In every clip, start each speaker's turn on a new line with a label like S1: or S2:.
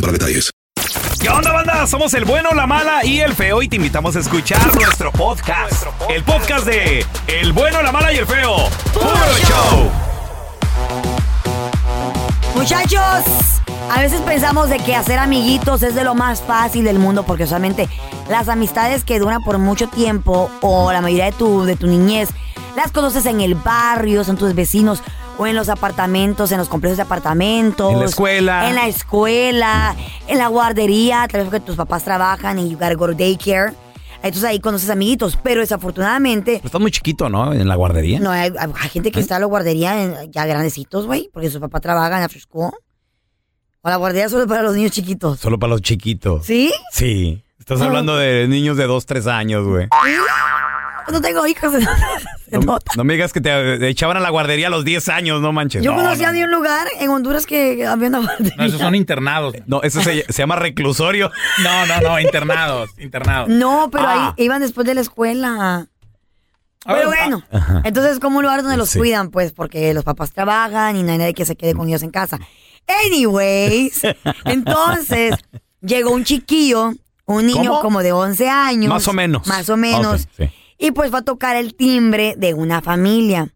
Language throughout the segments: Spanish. S1: para detalles.
S2: ¿Qué onda, banda? Somos el bueno, la mala y el feo y te invitamos a escuchar nuestro podcast. El podcast de El bueno, la mala y el feo. ¡Puro show!
S3: Muchachos, a veces pensamos de que hacer amiguitos es de lo más fácil del mundo porque solamente las amistades que duran por mucho tiempo o la mayoría de tu, de tu niñez las conoces en el barrio, son tus vecinos o en los apartamentos, en los complejos de apartamentos.
S2: En la escuela.
S3: En la escuela, en la guardería, tal vez porque tus papás trabajan y you gotta go to daycare. Entonces ahí conoces amiguitos, pero desafortunadamente...
S4: Estás muy chiquito, ¿no? En la guardería.
S3: No, hay, hay- hay gente que está en la guardería en- ya grandecitos, güey, porque sus papás trabajan en after school. O la guardería solo es para los niños chiquitos.
S4: Solo para los chiquitos.
S3: ¿Sí?
S4: Sí. Estás
S3: Ah.
S4: hablando de niños de 2, 3 años, güey.
S3: Pues No tengo hijos.
S4: No, no me digas que te echaban a la guardería a los 10 años, no manches.
S3: Yo
S4: No,
S3: conocía de un lugar en Honduras que había una guardería.
S4: No, esos son internados. No, eso se, se llama reclusorio. No, no, no, internados, internados.
S3: No, pero
S4: Ah.
S3: ahí iban después de la escuela. Pero bueno,
S4: Ajá.
S3: entonces como un lugar donde los
S4: Sí.
S3: cuidan, pues, porque los papás trabajan y no hay nadie que se quede con ellos en casa. Anyways, entonces llegó un chiquillo, un niño
S4: ¿Cómo?
S3: como de 11 años.
S4: Más o menos. Ah,
S3: Más o menos.
S4: Ok, sí.
S3: Y pues va a tocar el timbre de una familia.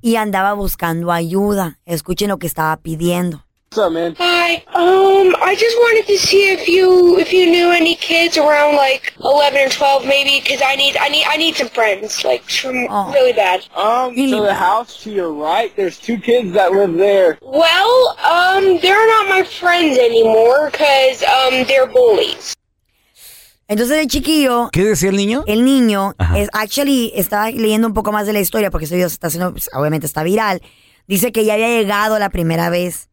S3: Y andaba buscando ayuda. Escuchen lo que estaba pidiendo.
S5: Hi. Um, I just wanted to see if you if you knew any kids around like 11 or 12 maybe cuz I need I need I need some friends like tr-
S3: Oh.
S5: really bad.
S6: Um,
S3: Really
S6: to the
S3: bad.
S6: house to your right, there's two kids that live there.
S5: Well, um they're not my friends anymore cuz um they're bullies.
S3: Entonces el chiquillo
S4: ¿Qué decía el niño?
S3: El niño, es, actually, estaba leyendo un poco más de la historia porque ese video se está haciendo, pues, obviamente está viral. Dice que ya había llegado la primera vez.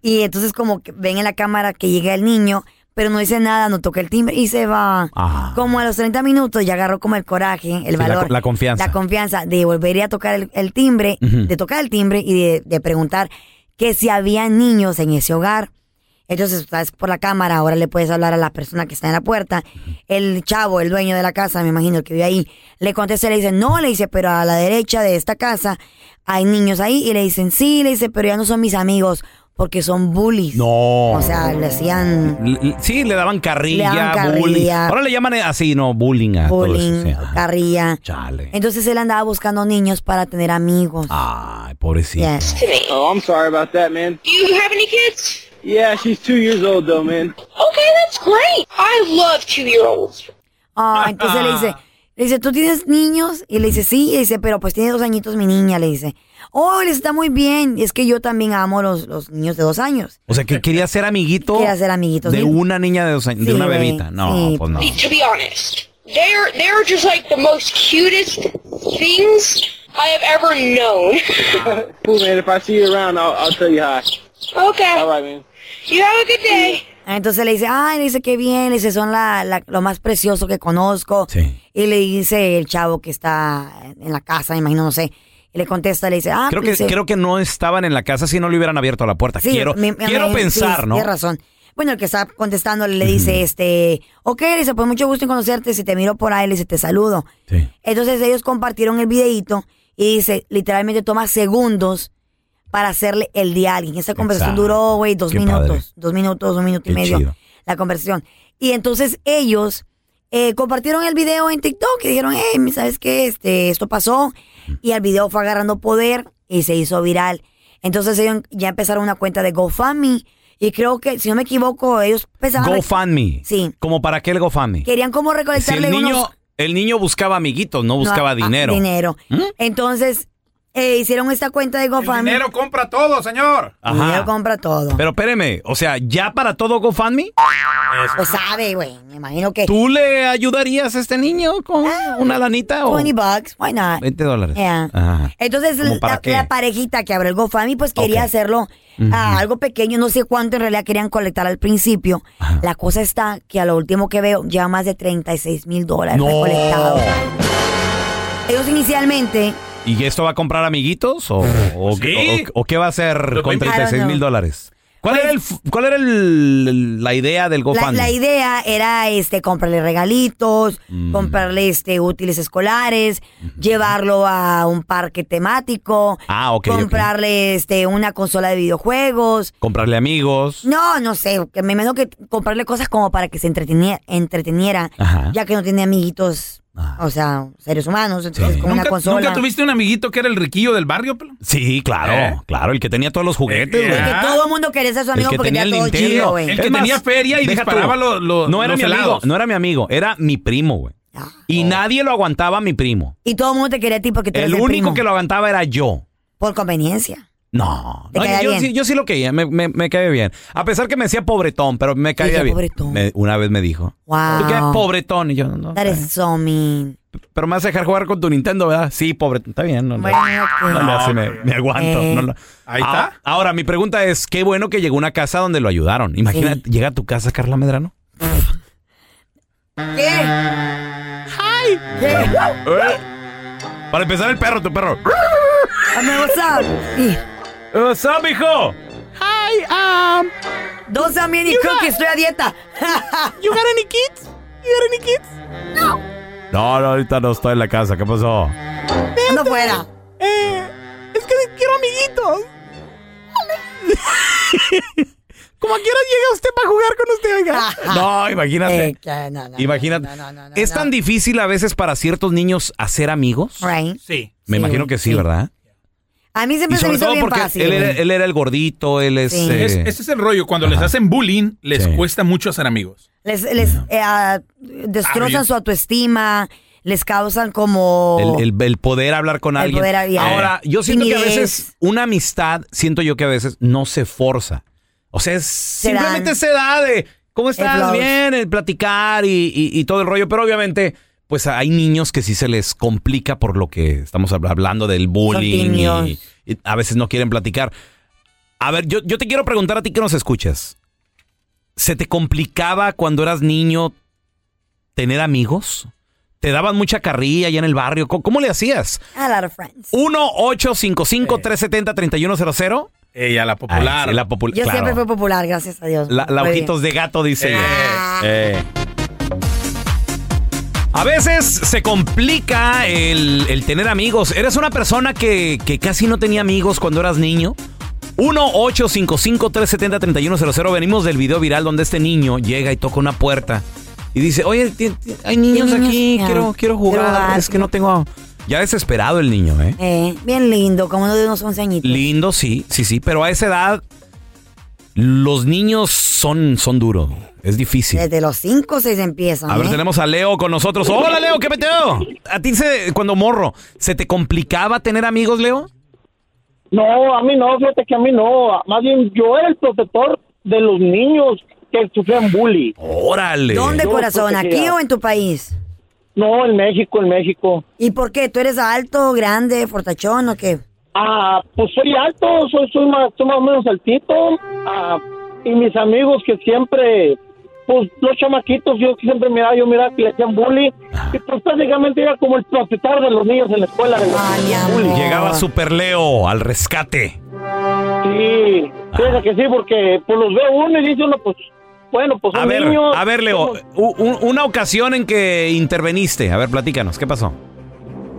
S3: Y entonces como que ven en la cámara que llega el niño, pero no dice nada, no toca el timbre y se va.
S4: Ah.
S3: Como a los 30 minutos ya agarró como el coraje, el
S4: la
S3: valor.
S4: co- la confianza.
S3: La confianza de volver a tocar el, el timbre,
S4: Ujú.
S3: de tocar el timbre y de, de preguntar que si había niños en ese hogar. Entonces, estás por la cámara, ahora le puedes hablar a la persona que está en la puerta. El chavo, el dueño de la casa, me imagino el que vive ahí, le contesta y le dice, no, le dice, pero a la derecha de esta casa hay niños ahí. Y le dicen, sí, le dice, pero ya no son mis amigos porque son bullies.
S4: No.
S3: O sea, le hacían
S4: L- l- sí, le daban carrilla,
S3: Le daban
S4: bullying.
S3: carrilla.
S4: Ahora le llaman eh, así, no, bullying a todo eso,
S3: bullying,
S4: sí, ajá.
S3: carrilla.
S4: Chale.
S3: Entonces él andaba buscando niños para tener amigos.
S4: Ay, pobrecito.
S3: Yes.
S5: To me.
S6: Oh, I'm sorry about that, man.
S5: Do you have any kids?
S6: Yeah, she's two years old though, man.
S5: Okay, that's great. I love 2-year-olds.
S3: Ah, entonces le dice, le dice, ¿tú tienes niños? Y le dice, sí, y dice, pero pues tiene dos añitos mi niña, le dice. Oh, le está muy bien. Es que yo también amo los, los niños de dos años.
S4: O sea, que quería ser amiguito.
S3: Quería ser amiguitos,
S4: De
S3: sí.
S4: una niña de dos años, de
S3: Sí,
S4: una
S3: güey,
S4: bebita. No,
S3: sí.
S4: pues no.
S5: to be honest. They're they're just like the most cutest things I have ever known.
S6: Cool, man. If I see you around, I'll, I'll tell you hi. All
S5: okay.
S6: right, man.
S5: You have a good day.
S3: Ah, Entonces le dice, ay, le dice, qué bien, le dice, son la, la- lo más precioso que conozco.
S4: Sí.
S3: Y le dice el chavo que está en la casa, me imagino, no sé. Y le contesta, le dice, ah,
S4: Creo
S3: pues,
S4: que,
S3: dice,
S4: creo que no estaban en la casa si no le hubieran abierto la puerta.
S3: Sí,
S4: quiero
S3: me- me-
S4: quiero
S3: me-
S4: pensar,
S3: sí,
S4: ¿no?
S3: Tienes razón. Bueno, el que está contestando le dice, este, ok, le dice, pues mucho gusto en conocerte, si te miro por ahí, le dice, te saludo. Entonces ellos compartieron el videíto y dice, literalmente toma segundos para hacerle el día a alguien. Esa conversación
S7: Exacto.
S3: duró, güey, dos
S7: Qué
S3: minutos,
S7: padre.
S3: dos minutos, dos minutos y
S7: Qué
S3: medio
S7: chido.
S3: la conversación. Y entonces ellos eh, compartieron el video en TikTok y dijeron, hey, ¿sabes qué? Este, esto pasó. Y el video fue agarrando poder y se hizo viral. Entonces ellos ya empezaron una cuenta de GoFundMe. Y creo que, si no me equivoco, ellos empezaron
S4: GoFundMe.
S3: Sí.
S4: ¿Como para qué el GoFundMe?
S3: Querían como
S4: Si
S3: recolectarle
S4: el niño,
S3: unos...
S4: el niño buscaba amiguitos, no buscaba
S3: no, ah,
S4: dinero. ¿Mm?
S3: Dinero. Entonces, eh, hicieron esta cuenta de GoFundMe.
S4: dinero compra todo, señor. Ajá.
S3: Dinero compra todo.
S4: Pero espéreme, o sea, ¿ya para todo GoFundMe?
S3: Pues sabe, güey. Me imagino que...
S4: ¿Tú le ayudarías a este niño con una lanita o...?
S3: 20 bucks, why not?
S4: 20 dólares.
S3: Yeah.
S4: Ajá.
S3: Eh, Entonces,
S4: ¿Cómo para
S3: la,
S4: qué?
S3: la parejita que abre el GoFundMe, pues quería hacerlo
S4: Ujú.
S3: a algo pequeño. No sé cuánto en realidad querían colectar al principio. La cosa está que a lo último que veo, ya más de 36 mil dólares recolectados. Ellos inicialmente,
S4: ¿Y esto va a comprar amiguitos o, o- o- o qué va a hacer con 36 mil dólares? ¿Cuál era, el, f- cuál era el- la idea del
S3: Pues la,
S4: GoFundMe?
S3: la idea era este comprarle regalitos,
S4: Mm.
S3: comprarle este útiles escolares, llevarlo a un parque temático,
S4: Ah, ok, ok.
S3: comprarle este una consola de videojuegos.
S4: Comprarle amigos.
S3: No, no sé, que me imagino que comprarle cosas como para que se entreteniera, entreteniera
S4: Ajá. Ah.
S3: ya que no tiene amiguitos, o sea, seres humanos, entonces con una
S8: ¿Nunca,
S3: consola.
S8: nunca tuviste un amiguito que era el riquillo del barrio? pelo?
S4: Sí, claro, claro, el que tenía todos los juguetes.
S8: Eh,
S4: güey.
S8: eh.
S3: Que todo el mundo quería ser su
S4: El
S3: amigo
S4: que
S3: porque
S4: tenía el
S3: tenía todo chido,
S4: Nintendo.
S3: güey.
S8: El que tenía feria y
S4: deja
S8: disparaba
S4: tú.
S8: lo- lo-
S4: No era
S8: los
S4: mi amigo,
S8: helados. Oh.
S4: no era mi amigo, era mi primo, güey.
S3: Ah.
S4: Y nadie lo aguantaba a mi primo.
S3: Y todo el mundo te quería a ti porque tú
S4: El
S3: eres
S4: único
S3: primo.
S4: que lo aguantaba era yo.
S3: Por conveniencia.
S4: No,
S3: ¿Te
S4: no,
S3: caía
S4: yo,
S3: bien?
S4: sí, yo sí lo quería, me, me, me caía bien. A pesar que me decía pobretón, pero me caía
S3: Dije,
S4: bien.
S3: "Pobretón".
S4: Me- una vez me dijo.
S3: Wow.
S4: ¿Tú qué pobretón? Y yo, no.
S3: That is so mean.
S4: Pero me vas a dejar jugar con tu Nintendo, ¿verdad? Sí, pobretón. Está bien. No, no,
S3: Bueno, ok.
S4: no le hace, me, me aguanto.
S3: Ah, Eh.
S4: no lo-
S8: Ahí
S4: Ah,
S8: está.
S4: Ahora, mi pregunta es, qué bueno que llegó a una casa donde lo ayudaron. Imagínate, llega a tu casa Carla Medrano.
S3: ¿Qué? ¡Hi! ¿Qué?
S4: Eh. Para empezar, el perro, tu perro.
S3: Dame WhatsApp. Y
S4: What's up, hijo? Hi, um,
S3: Dos también y creo que estoy a dieta.
S4: you got any kids? You got any kids? No. No, ahorita no estoy en la casa. ¿Qué pasó?
S3: Ando fuera.
S4: Eh, es que quiero amiguitos. Como quiera llega usted para jugar con usted, oiga. No, imagínate.
S3: Ah. Eh, que no, no,
S4: imagínate.
S3: no, no, no, no,
S4: ¿Es
S3: no.
S4: tan difícil a veces para ciertos niños hacer amigos?
S3: Right.
S8: Sí.
S4: Me
S3: Sí,
S4: imagino
S3: güey,
S4: que sí,
S3: sí.
S4: ¿verdad?
S3: A mí
S4: Y
S3: siempre se me
S4: sobre
S3: hizo
S4: todo
S3: Este bien
S4: porque
S3: fácil.
S4: él, era,
S3: güey.
S4: él era el gordito, él es...
S3: Sí.
S4: eh,
S8: Es- ese es el rollo. Cuando les hacen bullying, les
S4: Sí.
S8: cuesta mucho hacer amigos.
S3: les, les eh, ah, destrozan
S8: Arruin-
S3: su autoestima, les causan como...
S4: El, el- el poder hablar con
S3: El
S4: alguien.
S3: poder hablar.
S4: Ahora, yo siento que a
S3: Timidez.
S4: veces una amistad, siento yo que a veces no se forza. O sea, es- simplemente
S3: dan.
S4: se da de cómo estás,
S3: flows.
S4: bien, el platicar y, y- y todo el rollo. Pero obviamente, pues hay niños que sí se les complica por lo que estamos habla- hablando del bullying
S3: tímidos.
S4: y, y a veces no quieren platicar. A ver, yo, yo te quiero preguntar a ti que nos escuchas. ¿Se te complicaba cuando eras niño tener amigos? ¿Te daban mucha carrilla allá en el barrio? ¿Cómo, cómo le hacías?
S3: A lot of friends.
S8: Eh.
S4: 1-855-370-3100.
S8: Ella, Eh, la
S4: Ah,
S8: popular.
S4: sí, la popular.
S3: Yo siempre fui popular, gracias a Dios.
S4: La, la
S3: Muy bien.
S4: ojitos de gato, dice.
S8: Eh.
S4: ella. Eh. A veces se complica el, el tener amigos. ¿Eres una persona que, que casi no tenía amigos cuando eras niño? 1-855-370-3100. Venimos del video viral donde este niño llega y toca una puerta y dice: Oye, ti- ti- hay niños
S3: niños,
S4: aquí,
S3: ya.
S4: quiero, quiero jugar.
S3: Quiero jugar.
S4: Es que no tengo. Ya desesperado el niño, ¿eh?
S3: Eh, bien lindo, como uno de unos 11 añitos.
S4: Lindo, sí, sí, sí, pero a esa edad los niños son, son duros. Es difícil.
S3: Desde los 5 o 6 empiezan.
S4: A ver,
S3: ¿eh?
S4: tenemos a Leo con nosotros. Hola, Leo, ¿qué meteo? A ti, se, cuando morro, ¿se te complicaba tener amigos, Leo?
S6: No, a mí no, fíjate que a mí no. Más bien, yo era el protector de los niños que sufrían bullying.
S4: Órale.
S3: ¿Dónde,
S6: Yo,
S3: corazón?
S6: protegida.
S3: ¿Aquí o en tu país?
S6: No, en México, en México.
S3: ¿Y por qué? ¿Tú eres alto, grande, fortachón o qué?
S6: Ah, pues soy alto, soy, soy, más, soy más o menos altito. Ah, y mis amigos que siempre, pues los chamaquitos, yo que siempre miraba, yo miraba que le hacían bullying. Y pues prácticamente era como el protector de los niños en la escuela. De los
S3: Ay,
S6: niños
S3: amor.
S6: bullying.
S4: Llegaba Super Leo al rescate.
S6: Sí, fíjate que sí, porque pues los veo uno y dice uno, pues Bueno, pues
S4: A
S6: un
S4: ver,
S6: niño...
S4: a ver, Leo, u- u- una ocasión en que interveniste. A ver, platícanos, ¿qué pasó?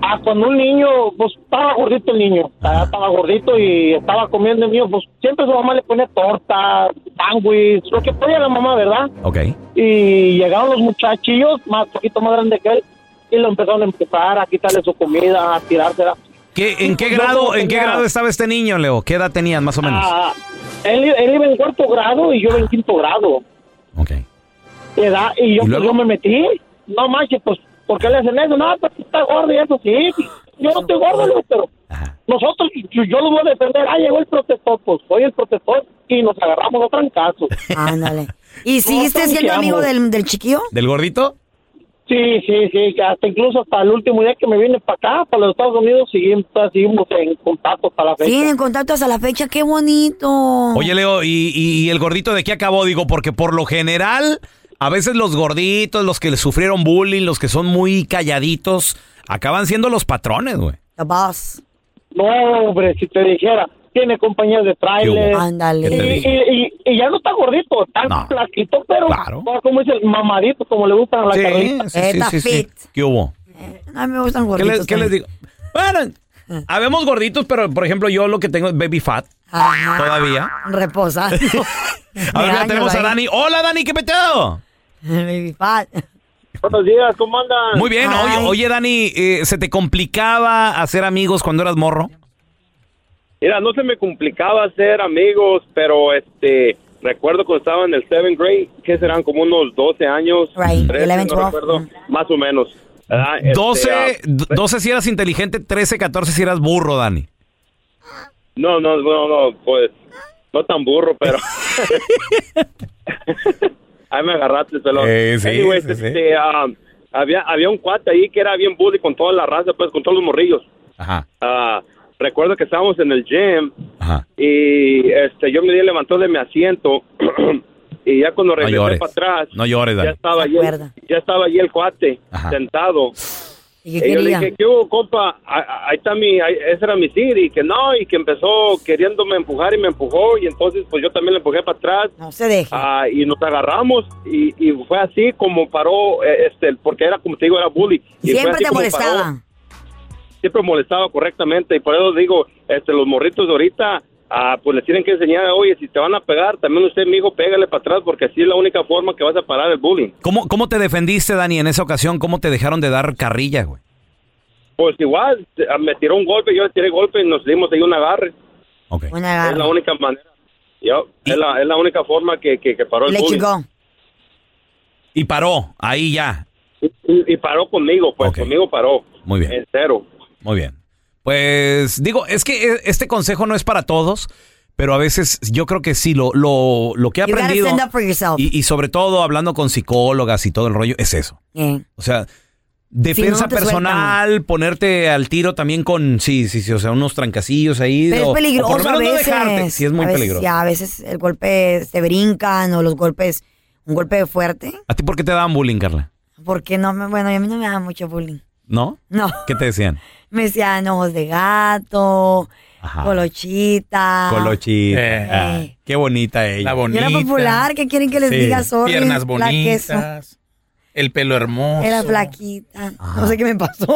S6: Ah, cuando un niño, pues estaba gordito el niño, estaba, estaba gordito y estaba comiendo el niño, pues siempre su mamá le ponía torta, sándwich, lo que podía la mamá, ¿verdad?
S4: Ok.
S6: Y llegaron los muchachillos, más poquito más grande que él, y lo empezaron a empezar a quitarle su comida, a tirársela.
S4: ¿Qué, ¿En qué
S6: pues Yo
S4: grado,
S6: no
S4: en qué
S6: tenía-
S4: grado estaba este niño, Leo? ¿Qué edad tenías más o menos?
S6: Ah, él, él iba en cuarto grado y yo iba en quinto grado.
S4: Ok.
S6: Edad, y yo,
S4: ¿Y
S6: pues,
S4: luego?
S6: yo me metí, no manches, pues, ¿por qué le hacen eso? No, pues está gordo y eso sí, yo no estoy gordo, Leo, pero...
S4: Ajá.
S6: Nosotros, yo, yo los voy a defender. Ah, llegó el protector, pues soy el protector y nos agarramos a trancazos.
S3: Ándale. ¿Y siguiste siendo
S6: tanqueamos.
S3: amigo del, del chiquillo?
S4: ¿Del gordito?
S6: Sí, sí, sí, que hasta incluso hasta el último día que me vine para acá, para los Estados Unidos, seguimos, seguimos en contacto hasta la fecha.
S3: Siguen en contacto hasta la fecha, qué bonito.
S4: Oye, Leo, ¿y, y- y el gordito de qué acabó? Digo, porque por lo general, a veces los gorditos, los que sufrieron bullying, los que son muy calladitos, acaban siendo los patrones, güey.
S3: The boss.
S6: No, hombre, si te dijera, tiene compañías de
S4: ¿Qué
S6: trailers.
S4: hubo?
S3: Ándale.
S6: Y,
S4: ¿Qué te dije?
S6: y, y, y ya no está gordito, está
S4: No.
S6: flaquito, pero
S4: Claro.
S6: no, como dice el mamadito, como le gustan a la carnita.
S3: Está fit.
S4: ¿Qué hubo?
S3: A mí me gustan
S4: ¿Qué
S3: gorditos.
S4: les, qué les digo? Bueno, habemos gorditos, pero por ejemplo, yo lo que tengo es baby fat
S3: Ajá.
S4: todavía.
S3: Reposa.
S4: A ver, mira,
S3: Daños
S4: tenemos a
S3: ahí.
S4: Dani. Hola, Dani, ¿qué peteo?
S3: Baby fat.
S6: Buenos días, ¿cómo andan?
S4: Muy bien.
S3: Ay.
S4: Oye, oye, Dani, eh, ¿se te complicaba hacer amigos cuando eras morro?
S7: Mira, no se me complicaba ser amigos, pero este recuerdo cuando estaba en el 7th grade, que serán como unos 12 años,
S3: Right,
S7: 13,
S3: 11,
S7: no
S3: 12.
S7: recuerdo,
S3: Mm.
S7: más o menos. ¿verdad? Este,
S4: 12,
S7: ah,
S4: 12 si eras inteligente, 13, 14 si eras burro, Dani.
S7: no, no, no, no, pues no tan burro, pero Ahí me agarraste, pelón.
S4: Eh, sí,
S7: Anyways,
S4: sí, sí.
S7: este, ah, había había un cuate ahí que era bien bully con toda la raza, pues con todos los morrillos.
S4: Ajá,
S7: Ah, recuerdo que estábamos en el gym
S4: ajá.
S7: y este yo me di- levantó de mi asiento y ya cuando regresé
S4: llores.
S7: para atrás
S4: No llores,
S7: ya
S4: Dani.
S7: estaba
S3: Se
S7: allí
S3: acuerda.
S7: ya estaba allí el cuate
S4: Ajá.
S7: sentado
S3: ¿Y qué
S7: y yo le
S3: quería?
S7: dije qué hubo compa Ah, ah, ahí está mi ahí- ese era mi Siri que no y que empezó queriéndome empujar y me empujó y entonces pues yo también le empujé para atrás
S3: No se deje.
S7: ah, y nos agarramos y, y fue así como paró eh, este porque era como te digo era bully y fue
S3: Siempre
S7: así
S3: te
S7: como paró
S3: molestaba.
S7: siempre molestaba correctamente y por eso digo, este, los morritos de ahorita, ah, pues les tienen que enseñar, oye, si te van a pegar, también usted, mijo, pégale para atrás porque así es la única forma que vas a parar el bullying.
S4: ¿Cómo, ¿Cómo te defendiste, Dani, en esa ocasión? ¿Cómo te dejaron de dar carrilla, güey?
S7: Pues igual, te- ah, me tiró un golpe, yo le tiré golpe y nos dimos ahí un agarre.
S4: Ok.
S3: Una
S7: Es la
S3: garra.
S7: única manera. Yo, es, la, es la única forma que, que, que paró el
S3: Le
S7: bullying.
S3: chingó.
S4: Y paró, ahí ya.
S7: Y, y- y paró conmigo, pues
S4: Ok.
S7: conmigo paró.
S4: Muy bien.
S7: En cero.
S4: Muy bien. Pues digo, es que eh, este consejo no es para todos, pero a veces yo creo que sí, lo, lo, lo que he
S3: You gotta
S4: aprendido,
S3: stand up for yourself.
S4: y, y sobre todo hablando con psicólogas y todo el rollo, es eso.
S3: Eh,
S4: O sea, defensa
S3: no te
S4: personal, ponerte al tiro también con, sí, sí, sí, o sea, unos trancacillos ahí.
S3: Pero
S4: o-
S3: es
S4: o
S3: peligroso
S4: por lo menos
S3: a
S4: no
S3: veces.
S4: dejarte. Sí, es muy
S3: a veces,
S4: peligroso.
S3: Ya, a veces el golpe se brincan o los golpes, un golpe fuerte.
S4: ¿A ti por qué te daban bullying, Carla?
S3: Porque no me, bueno, a mí no me da mucho bullying.
S4: ¿No?
S3: No,
S4: ¿Qué te decían?
S3: me decían ojos de gato,
S4: Ajá.
S3: colochita.
S4: Colochita.
S8: Eh.
S4: Ah, qué bonita ella.
S8: La
S3: Yo
S8: bonita.
S3: Ah. era popular, ¿qué quieren que les
S4: Sí.
S3: diga? Sorry,
S8: Piernas
S3: la queso.
S8: bonitas. El pelo hermoso.
S3: Era flaquita. No sé qué me pasó.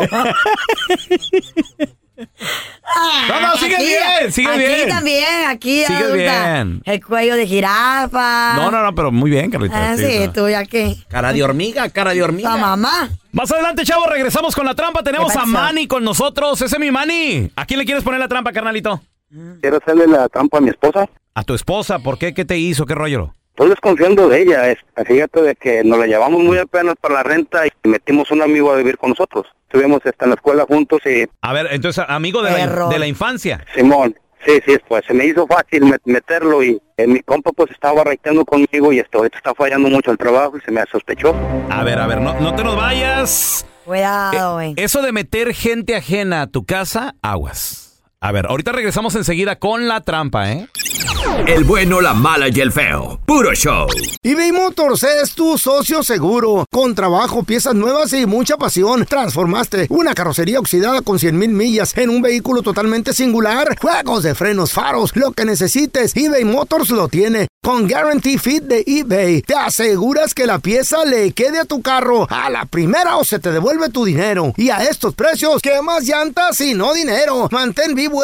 S4: No, no, sigue bien, sigue
S3: Ah, aquí
S4: bien.
S3: también, aquí
S4: Sigue
S3: adulta.
S4: bien.
S3: El cuello de jirafa.
S4: No, no, no, pero muy bien, Carlita.
S3: Ah,
S4: sí,
S3: sí,
S4: no.
S3: tú ya qué.
S4: Cara de hormiga, cara de
S3: La
S4: hormiga.
S3: mamá.
S4: Más adelante, chavo, regresamos con la trampa. Tenemos
S3: ¿Qué
S4: a
S3: pasó?
S4: Manny con nosotros. Ese es mi Manny. ¿A quién le quieres poner la trampa, carnalito?
S9: Quiero hacerle la trampa a mi esposa.
S4: A tu esposa. ¿Por qué? ¿Qué te hizo? ¿Qué rollo?
S9: Estoy desconfiando de ella. es- Fíjate de que nos la llevamos muy apenas para la renta y metimos un amigo a vivir con nosotros. Estuvimos hasta en la escuela juntos y
S4: A ver, entonces, amigo de, la,
S3: Error.
S4: de la infancia.
S9: Simón, sí, sí, pues se me hizo fácil met- meterlo y eh, mi compa pues estaba rectando conmigo y esto, esto está fallando mucho el trabajo y se me sospechó.
S4: A ver, a ver, no, no te nos vayas.
S3: Cuidado, güey.
S4: Eh, eso de meter gente ajena a tu casa, aguas. A ver, ahorita regresamos enseguida con la trampa, ¿eh?
S10: El bueno, la mala y el feo. Puro show.
S11: eBay Motors es tu socio seguro. Con trabajo, piezas nuevas y mucha pasión. Transformaste una carrocería oxidada con 100 mil millas en un vehículo totalmente singular. Juegos de frenos, faros, lo que necesites. eBay Motors lo tiene. con Guarantee Fit de eBay. Te aseguras que la pieza le quede a tu carro a la primera o se te devuelve tu dinero. Y a estos precios, ¿qué más llantas y no dinero? Mantén vivo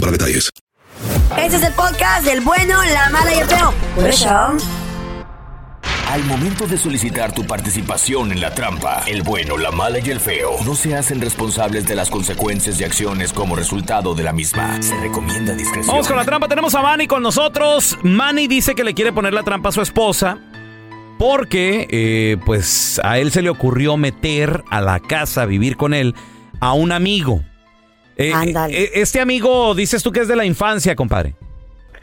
S1: para detalles.
S3: Este es el podcast del bueno, la mala y el feo. Por eso.
S10: Al momento de solicitar tu participación en la trampa, el bueno, la mala y el feo no se hacen responsables de las consecuencias y acciones como resultado de la misma. Se recomienda discreción.
S4: Vamos con la trampa. Tenemos a Manny con nosotros. Manny dice que le quiere poner la trampa a su esposa porque, eh, pues, a él se le ocurrió meter a la casa, a vivir con él, a un amigo. Eh, eh, este amigo, dices tú que es de la infancia, compadre.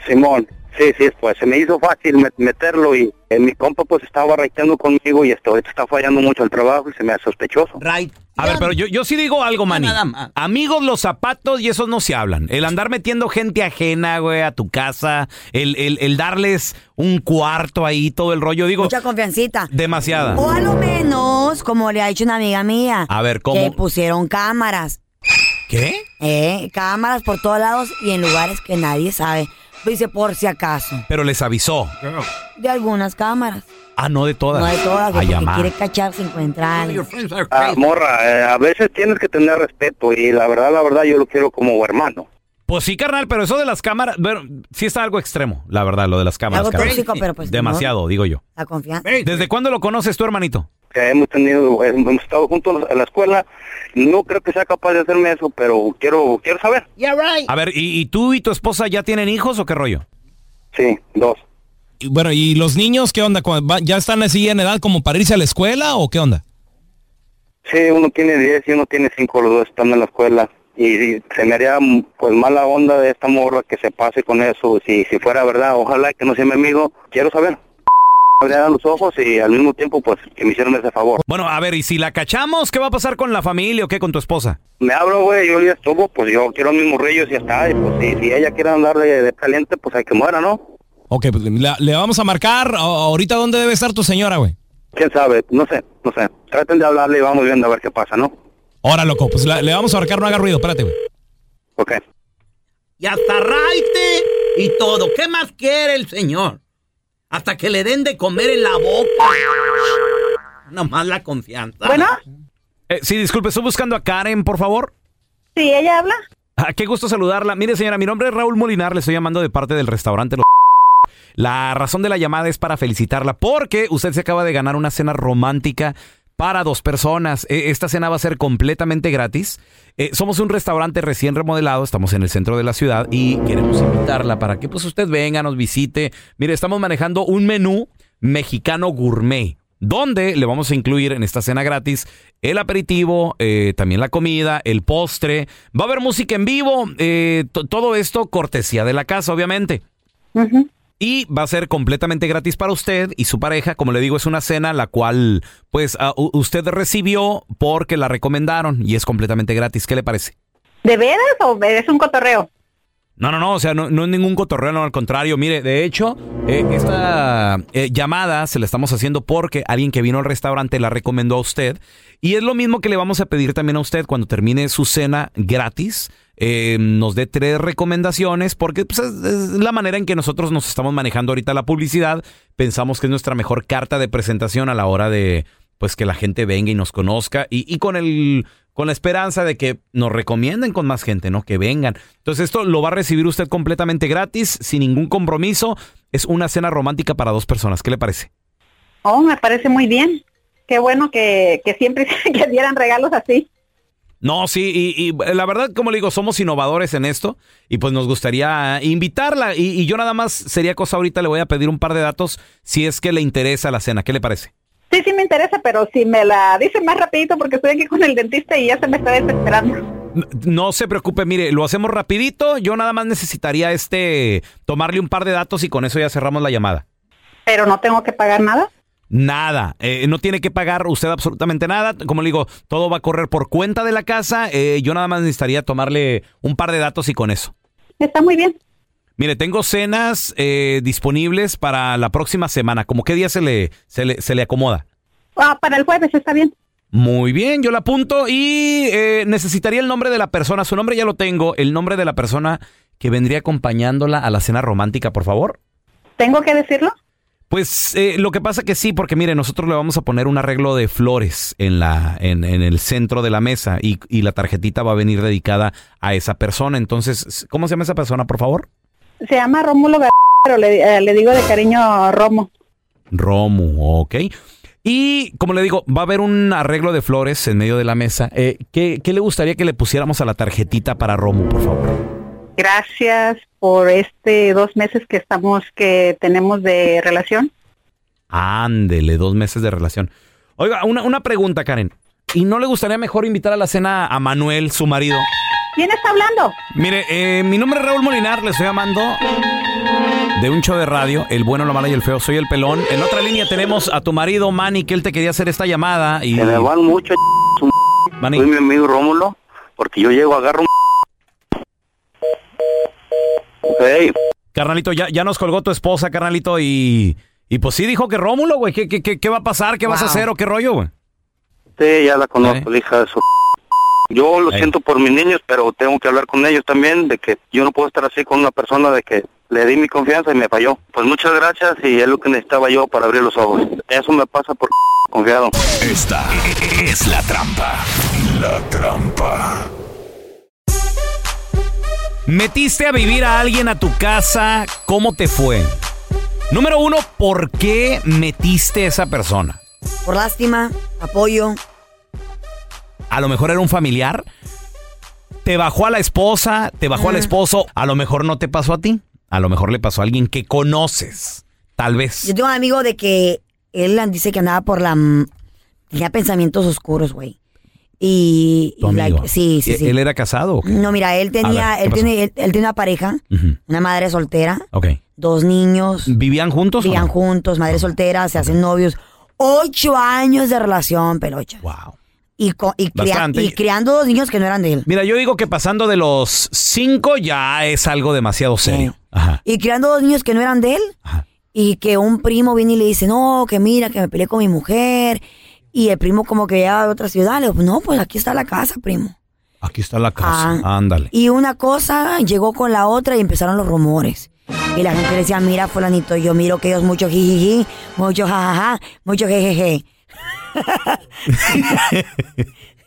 S9: Simón, sí, sí, pues se me hizo fácil met- meterlo y eh, mi compa pues estaba reiteando conmigo y esto, esto está fallando mucho el trabajo y se me hace sospechoso.
S4: Right. A ver, pero yo, yo sí digo algo, Manny. Amigos, los zapatos y esos no se hablan. El andar metiendo gente ajena, güey, a tu casa, el, el- el darles un cuarto ahí, todo el rollo, digo,
S3: Mucha confiancita.
S4: demasiada.
S3: O a lo menos, como le ha dicho una amiga mía,
S4: A ver, ¿cómo?
S3: que pusieron cámaras.
S4: ¿Qué?
S3: Eh, cámaras por todos lados y en lugares que nadie sabe. Dice, por si acaso.
S4: Pero les avisó.
S3: De algunas cámaras.
S4: Ah, no de todas.
S3: No de todas,
S4: A
S3: porque
S4: llamar.
S3: quiere cachar si encuentra algo.
S9: Ah, morra, eh, a veces tienes que tener respeto y la verdad, la verdad yo lo quiero como hermano.
S4: Pues sí, carnal, pero eso de las cámaras, bueno, sí está algo extremo, la verdad, lo de las cámaras.
S3: Algo
S4: carnal.
S3: tóxico, pero pues,
S4: Demasiado, digo yo.
S3: La confianza.
S4: ¿Desde cuándo lo conoces tú, hermanito?
S9: Que hemos tenido, eh, hemos estado juntos en la escuela, no creo que sea capaz de hacerme eso, pero quiero, quiero saber.
S3: Yeah, right.
S4: A ver, ¿y, y tú y tu esposa ya tienen hijos o qué rollo?
S9: Sí, dos.
S12: Bueno, ¿y los niños qué onda? ¿Cu- va- ¿Ya están así en edad como para irse a la escuela o qué onda?
S9: Sí, uno tiene 10 y uno tiene 5, los dos están en la escuela. Y, y se me haría mm, pues mala onda de esta morra que se pase con eso. Si, si fuera verdad, ojalá que no sea mi amigo. Quiero saber. Abrirán los ojos y al mismo tiempo pues que me hicieron ese favor.
S4: Bueno, a ver, ¿y si la cachamos, qué va a pasar con la familia o qué con tu esposa?
S9: Me abro, güey, yo ya estuvo, pues yo quiero mis morrillos y ya está. Y pues si, si ella quiere andar de, de caliente, pues hay que muera, ¿no?
S12: Ok, pues la- le vamos a marcar a- ahorita dónde debe estar tu señora, güey.
S9: ¿Quién sabe? No sé, no sé. Traten de hablarle y vamos viendo a ver qué pasa, ¿no?
S12: Ahora, loco, pues la- le vamos a marcar, no haga ruido, espérate, güey.
S9: Ok.
S13: Y hasta raite y todo. ¿Qué más quiere el señor? Hasta que le den de comer en la boca. Nomás la confianza.
S4: Bueno. Eh, sí, disculpe, estoy buscando a Karen, por favor.
S14: Sí, ella habla.
S4: Ah, qué gusto saludarla. Mire, señora, mi nombre es Raúl Molinar, le estoy llamando de parte del restaurante Los La razón de la llamada es para felicitarla porque usted se acaba de ganar una cena romántica para dos personas. Eh, Esta cena va a ser completamente gratis. Eh, somos un restaurante recién remodelado, estamos en el centro de la ciudad y queremos invitarla para que pues usted venga, nos visite. Mire, estamos manejando un menú mexicano gourmet. Donde le vamos a incluir en esta cena gratis el aperitivo, eh, también la comida, el postre. Va a haber música en vivo, eh, to- todo esto cortesía de la casa, obviamente. Y va a ser completamente gratis para usted y su pareja. Como le digo, es una cena la cual, pues, ah, u- usted recibió porque la recomendaron y es completamente gratis. ¿Qué le parece?
S14: ¿De veras o es un cotorreo?
S4: No, no, no, o sea, no, no es ningún cotorreo, no, al contrario. Mire, de hecho, eh, esta eh, llamada se la estamos haciendo porque alguien que vino al restaurante la recomendó a usted. Y es lo mismo que le vamos a pedir también a usted cuando termine su cena gratis. eh, nos dé tres recomendaciones porque pues, es, es la manera en que nosotros nos estamos manejando ahorita la publicidad. Pensamos que es nuestra mejor carta de presentación a la hora de pues que la gente venga y nos conozca y, y con el con la esperanza de que nos recomienden con más gente, ¿no? Que vengan. Entonces esto lo va a recibir usted completamente gratis, sin ningún compromiso. Es una cena romántica para dos personas. ¿Qué le parece?
S14: Oh, me parece muy bien. Qué bueno que, que siempre que dieran regalos así.
S4: No, sí, y, y la verdad, como le digo, somos innovadores en esto y pues nos gustaría invitarla y, y yo nada más sería cosa ahorita, le voy a pedir un par de datos si es que le interesa la cena. ¿Qué le parece?
S14: Sí, sí me interesa, pero si me la dicen más rapidito porque estoy aquí con el dentista y ya se me está desesperando.
S4: N- No se preocupe, mire, lo hacemos rapidito. Yo nada más necesitaría este tomarle un par de datos y con eso ya cerramos la llamada.
S14: Pero no tengo que pagar nada.
S4: Nada, eh, no tiene que pagar usted absolutamente nada. Como le digo, todo va a correr por cuenta de la casa. Eh, yo nada más necesitaría tomarle un par de datos y con eso.
S14: Está muy bien.
S4: Mire, tengo cenas eh, disponibles para la próxima semana. ¿Cómo qué día se le, se le, se le acomoda?
S14: Ah, para el jueves está bien.
S4: Muy bien, yo la apunto y eh, necesitaría el nombre de la persona. Su nombre ya lo tengo. El nombre de la persona que vendría acompañándola a la cena romántica, por favor.
S14: ¿Tengo que decirlo?
S4: Pues eh, lo que pasa que sí, porque mire, nosotros le vamos a poner un arreglo de flores en la, en, en el centro de la mesa y, y la tarjetita va a venir dedicada a esa persona. Entonces, ¿cómo se llama esa persona, por favor?
S14: Se llama Rómulo Gar- pero le, eh, le digo de cariño Romo.
S4: Romu, ok. Y como le digo, va a haber un arreglo de flores en medio de la mesa. Eh, ¿qué, qué le gustaría que le pusiéramos a la tarjetita para Romu, por favor?
S14: Gracias por este dos meses que estamos, que tenemos de relación.
S4: Ándele, dos meses de relación. Oiga, una, una pregunta, Karen. ¿Y no le gustaría mejor invitar a la cena a Manuel, su marido?
S14: ¿Quién está hablando?
S4: Mire, eh, mi nombre es Raúl Molinar, le estoy llamando de un show de radio, El Bueno, la Mala y el Feo, soy el pelón. En otra línea tenemos a tu marido, Manny, que él te quería hacer esta llamada y...
S9: Se me van mucho, su-
S4: Manny.
S9: soy mi amigo Rómulo, porque yo llego, agarro un... Hey,
S4: Carnalito, ya, ya nos colgó tu esposa, carnalito, y... Y pues sí dijo que Rómulo, güey, ¿qué, qué, qué, qué va a pasar? ¿Qué vas a
S9: Wow.
S4: hacer o qué rollo, güey?
S9: usted ya la conozco, la hija de su... Yo lo siento por mis niños, pero tengo que hablar con ellos también de que yo no puedo estar así con una persona de que le di mi confianza y me falló. Pues muchas gracias y es lo que necesitaba yo para abrir los ojos. Eso me pasa por confiado.
S10: Esta es la trampa. La trampa.
S4: Metiste a vivir a alguien a tu casa, ¿cómo te fue? Número uno, ¿por qué metiste a esa persona?
S3: Por lástima, apoyo.
S4: a lo mejor era un familiar, te bajó a la esposa, te bajó al esposo, a lo mejor no te pasó a ti, a lo mejor le pasó a alguien que conoces, tal vez.
S3: Yo tengo un amigo de que él dice que andaba por la... Tenía pensamientos oscuros, güey. Y...
S4: Tu
S3: y la-
S4: amigo. ¿E-
S3: sí, sí, sí.
S4: ¿Él era casado? o qué?
S3: No, mira, él tenía,
S4: A ver, ¿qué
S3: él,
S4: pasó?
S3: tiene, él, él tiene una pareja,
S4: Ujú.
S3: una madre soltera,
S4: Ok.
S3: dos niños,
S4: ¿Vivían juntos? o
S3: vivían
S4: no?
S3: juntos, madre soltera, se hacen novios. Ocho años de relación, pelocha.
S4: Wow.
S3: Y, co- y, crea-
S4: Bastante.
S3: y criando dos niños que no eran de él.
S4: Mira, yo digo que pasando de los cinco ya es algo demasiado serio. Ajá.
S3: Y criando dos niños que no eran de él. Y que un primo viene y le dice, no, que mira, que me peleé con mi mujer. Y el primo como que llega de otra ciudad. Le digo, no, pues aquí está la casa, primo.
S4: Aquí está la casa.
S3: Ah.
S4: Ándale.
S3: Y una cosa llegó con la otra y empezaron los rumores. Y la gente decía, mira, fulanito, yo miro que ellos mucho jijiji, mucho jajaja, mucho jejeje.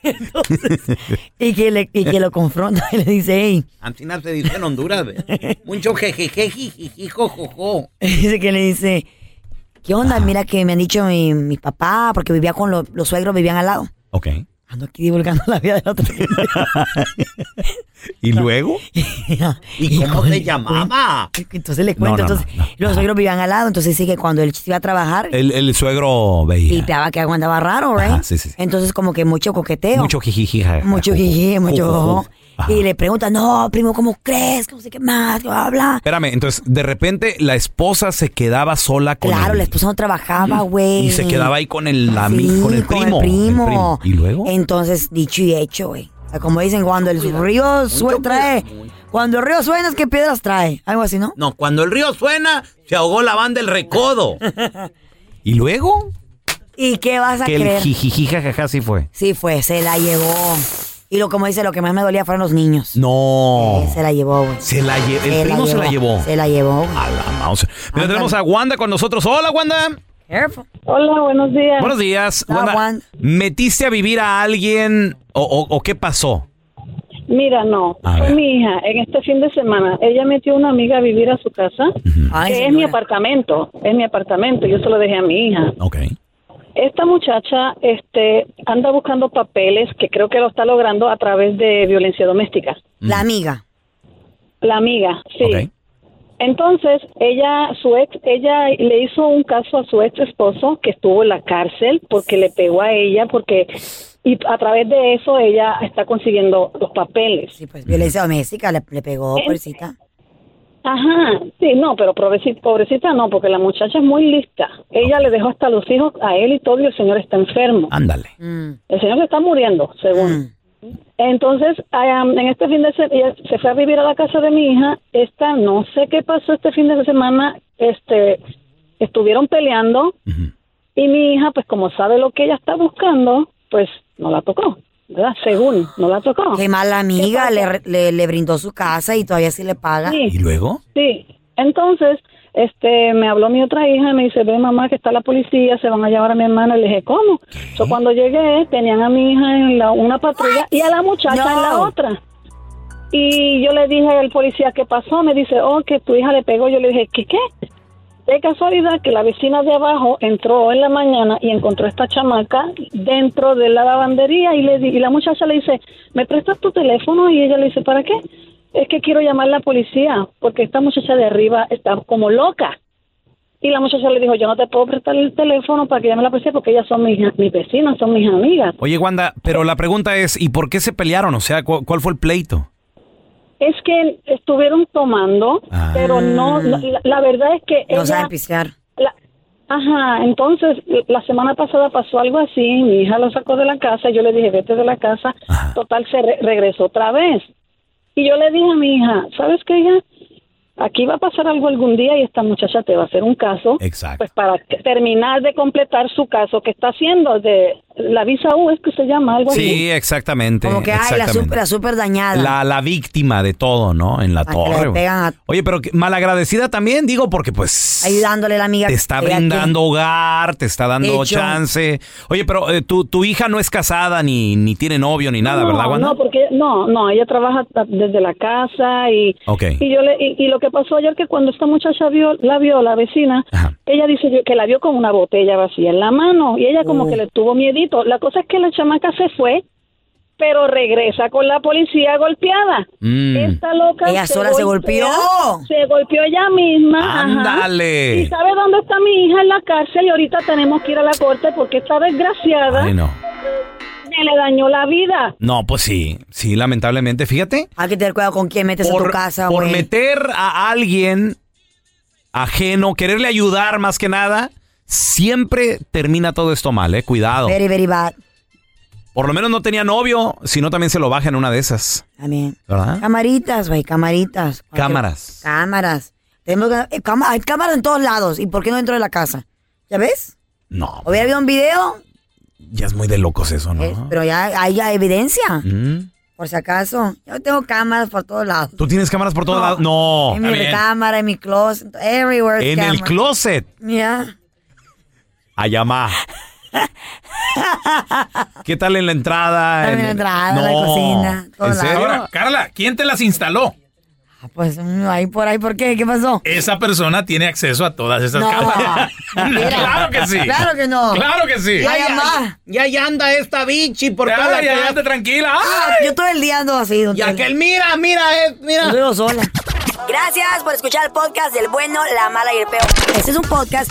S3: Y que, le- y que lo confronta y le dice, hey,
S13: Antina se dice en Honduras, ve. Mucho jejeje, jijiji, jojojo.
S3: Dice que le dice, ¿qué onda? Mira que me han dicho mi, mi papá, porque vivía con lo- los suegros, vivían al lado.
S4: Ok.
S3: Ando aquí divulgando la vida del otro.
S4: ¿Y luego?
S3: ¿Y
S13: cómo se llamaba?
S3: Entonces le
S4: No,
S3: cuento,
S4: no, no,
S3: entonces los suegros vivían al lado, entonces dice que cuando él se iba a trabajar,
S4: El, el suegro veía.
S3: pipeaba que aguantaba raro, ¿right?
S4: Ajá, sí, sí, sí.
S3: Entonces como que mucho coqueteo.
S4: Mucho jijiji. jajaja.
S3: Mucho jiji, mucho
S4: Ju, ju, ju.
S3: jojo. Y le pregunta, no, primo, ¿cómo crees? Que no sé qué más, que bla, bla, bla.
S4: Espérame, entonces de repente la esposa se quedaba sola con
S3: Claro,
S4: él.
S3: la esposa no trabajaba, güey.
S4: Y se quedaba ahí con el, ami-
S3: Sí,
S4: con el
S3: con el
S4: primo.
S3: primo.
S4: ¿Y luego?
S3: Entonces, dicho y hecho, güey. O sea, como dicen, cuando el río suena, trae. Cuando el río suena es que piedras trae. Algo así, ¿no?
S13: No, cuando el río suena, se ahogó la banda del recodo.
S4: ¿Y luego?
S3: ¿Y qué vas a
S4: Que el
S3: creer?
S4: jijiji jajaja sí fue.
S3: Sí, fue, se la llevó. Y lo como dice, lo que más me dolía fueron los niños.
S4: No.
S3: Se la llevó, güey.
S4: Se la lle- el primo se la llevó.
S3: Se la llevó.
S4: A la mouse. Mira, tenemos a Wanda con nosotros. Hola, Wanda.
S14: Hola, buenos días.
S4: Buenos días. Wanda. ¿Metiste a vivir a alguien o, o- o qué pasó?
S15: Mira, no. Fue mi hija en este fin de semana. Ella metió a una amiga a vivir a su casa,
S14: Ay,
S15: que
S14: señora.
S15: es mi apartamento. Es mi apartamento. Yo se lo dejé a mi hija. Esta muchacha este, anda buscando papeles que creo que lo está logrando a través de violencia doméstica.
S3: La amiga.
S15: La amiga, sí. Entonces, ella, su ex, ella le hizo un caso a su ex esposo que estuvo en la cárcel porque le pegó a ella porque y a través de eso ella está consiguiendo los papeles.
S3: Pues violencia doméstica le, le pegó,
S15: Eh.
S3: pobrecita.
S15: Ajá, sí, no, pero pobrecita, pobrecita no, porque la muchacha es muy lista. Ella le dejó hasta los hijos a él y todo, y el señor está enfermo.
S4: Ándale.
S3: Mm.
S15: El señor se está muriendo, según. Entonces, am, en este fin de semana, ella se fue a vivir a la casa de mi hija. Esta, no sé qué pasó este fin de semana, este, estuvieron peleando. Y mi hija, pues como sabe lo que ella está buscando, pues no la tocó, ¿verdad? Según, no la tocó.
S3: Qué mala amiga, le, re- le, le brindó su casa y todavía sí le paga.
S15: Sí. ¿Y
S4: luego?
S15: Sí, entonces este me habló mi otra hija, me dice, ve mamá que está la policía, se van a llevar a mi hermana. Le dije, ¿cómo? So, cuando llegué tenían a mi hija en la, una patrulla y a la muchacha en la
S14: No.
S15: otra. Y yo le dije al policía, ¿qué pasó? Me dice, oh, que tu hija le pegó. Yo le dije, ¿qué qué? De casualidad que la vecina de abajo entró en la mañana y encontró esta chamaca dentro de la lavandería y le di- y la muchacha le dice, ¿me prestas tu teléfono? Y ella le dice, ¿para qué? Es que quiero llamar a la policía porque esta muchacha de arriba está como loca. Y la muchacha le dijo, yo no te puedo prestar el teléfono para que llame a la policía porque ellas son mis, mis vecinas, son mis amigas.
S4: Oye, Wanda, pero la pregunta es, ¿y por qué se pelearon? O sea, ¿cu- ¿cuál fue el pleito?
S15: Es que estuvieron tomando, pero
S4: Ah.
S15: no, no- la, la verdad es que
S3: No
S15: ella-
S3: sabe pistear.
S15: La- ajá, entonces la semana pasada pasó algo así, mi hija lo sacó de la casa, yo le dije, vete de la casa, total se re- regresó otra vez. Y yo le dije a mi hija, ¿sabes qué, hija? Aquí va a pasar algo algún día y esta muchacha te va a hacer un caso.
S4: Exacto.
S15: Pues para que- terminar de completar su caso que está haciendo de la visa U, es que se llama algo así.
S4: Sí, exactamente.
S3: Como que, ay, la
S4: exactamente.
S3: súper, la súper dañada.
S4: La, la víctima de todo, ¿no? En la
S3: Ah, que le
S4: torre. güey.
S3: pegan a-
S4: Oye, pero que- malagradecida también, digo, porque pues
S3: Ayudándole la amiga.
S4: te está
S3: que ella
S4: brindando hogar, te está dando
S3: Hecho.
S4: chance. Oye, pero eh, tu, tu hija no es casada ni, ni tiene novio ni nada,
S15: no,
S4: ¿verdad, Wanda?
S15: No, porque no, no, ella trabaja ta- desde la casa y
S4: Ok.
S15: y yo le y, y lo que pasó ayer que cuando esta muchacha vio la vio la vecina, ella dice yo- que la vio con una botella vacía en la mano y ella como
S16: Oh.
S15: que le tuvo miedito. La cosa es que la chamaca se fue, pero regresa con la policía golpeada. Esta loca
S3: Ella sola se golpeó.
S15: Se golpeó ella misma. ajá.
S4: Ándale.
S15: ¿Y sabe dónde está mi hija en la cárcel? Y ahorita tenemos que ir a la corte porque esta desgraciada
S4: Ay, no.
S15: me le dañó la vida.
S4: No, pues sí, sí, lamentablemente. Fíjate,
S3: Hay que tener cuidado con quién metes a tu casa,
S4: por
S3: Ah, güey.
S4: meter a alguien ajeno, quererle ayudar más que nada, siempre termina todo esto mal, ¿eh? Cuidado.
S3: Very, very bad.
S4: Por lo menos no tenía novio, sino también se lo baja en una de esas.
S3: También.
S4: ¿Verdad?
S3: Camaritas, güey, camaritas.
S4: Cámaras.
S3: Cámaras. Tenemos que- eh, cama- hay cámaras en todos lados. ¿Y por qué no dentro de la casa? ¿Ya ves?
S4: No,
S3: Hubiera habido un video,
S4: ya es muy de locos eso, ¿no?
S3: eh, pero ya hay ya evidencia.
S4: Mm.
S3: Por si acaso. Yo tengo cámaras por todos lados.
S4: ¿Tú tienes cámaras por todos lados? No.
S3: en mi recámara, en mi closet, everywhere.
S4: En el closet.
S3: Mira.
S4: A llamar. ¿Qué tal Ah, en la entrada?
S3: También la entrada, la cocina, todos
S4: ¿En serio?
S8: Ahora, Carla, ¿quién te las instaló?
S3: Ah, Pues mm, ahí por ahí, ¿por qué? ¿Qué pasó?
S8: Esa persona tiene acceso a todas esas
S3: No.
S8: cámaras. claro que sí.
S3: Claro que no.
S8: Claro que sí.
S3: Ya, ya,
S13: Ya, ya anda esta bichi por
S8: Ya,
S13: toda la
S8: ya,
S13: casa.
S8: ya, anda tranquila.
S3: Ah, yo todo el día ando así. don
S13: Y
S3: Tela.
S13: aquel, mira, mira, eh, mira.
S3: Yo vivo sola. Gracias por escuchar el podcast del bueno, la mala y el peor. Este es un podcast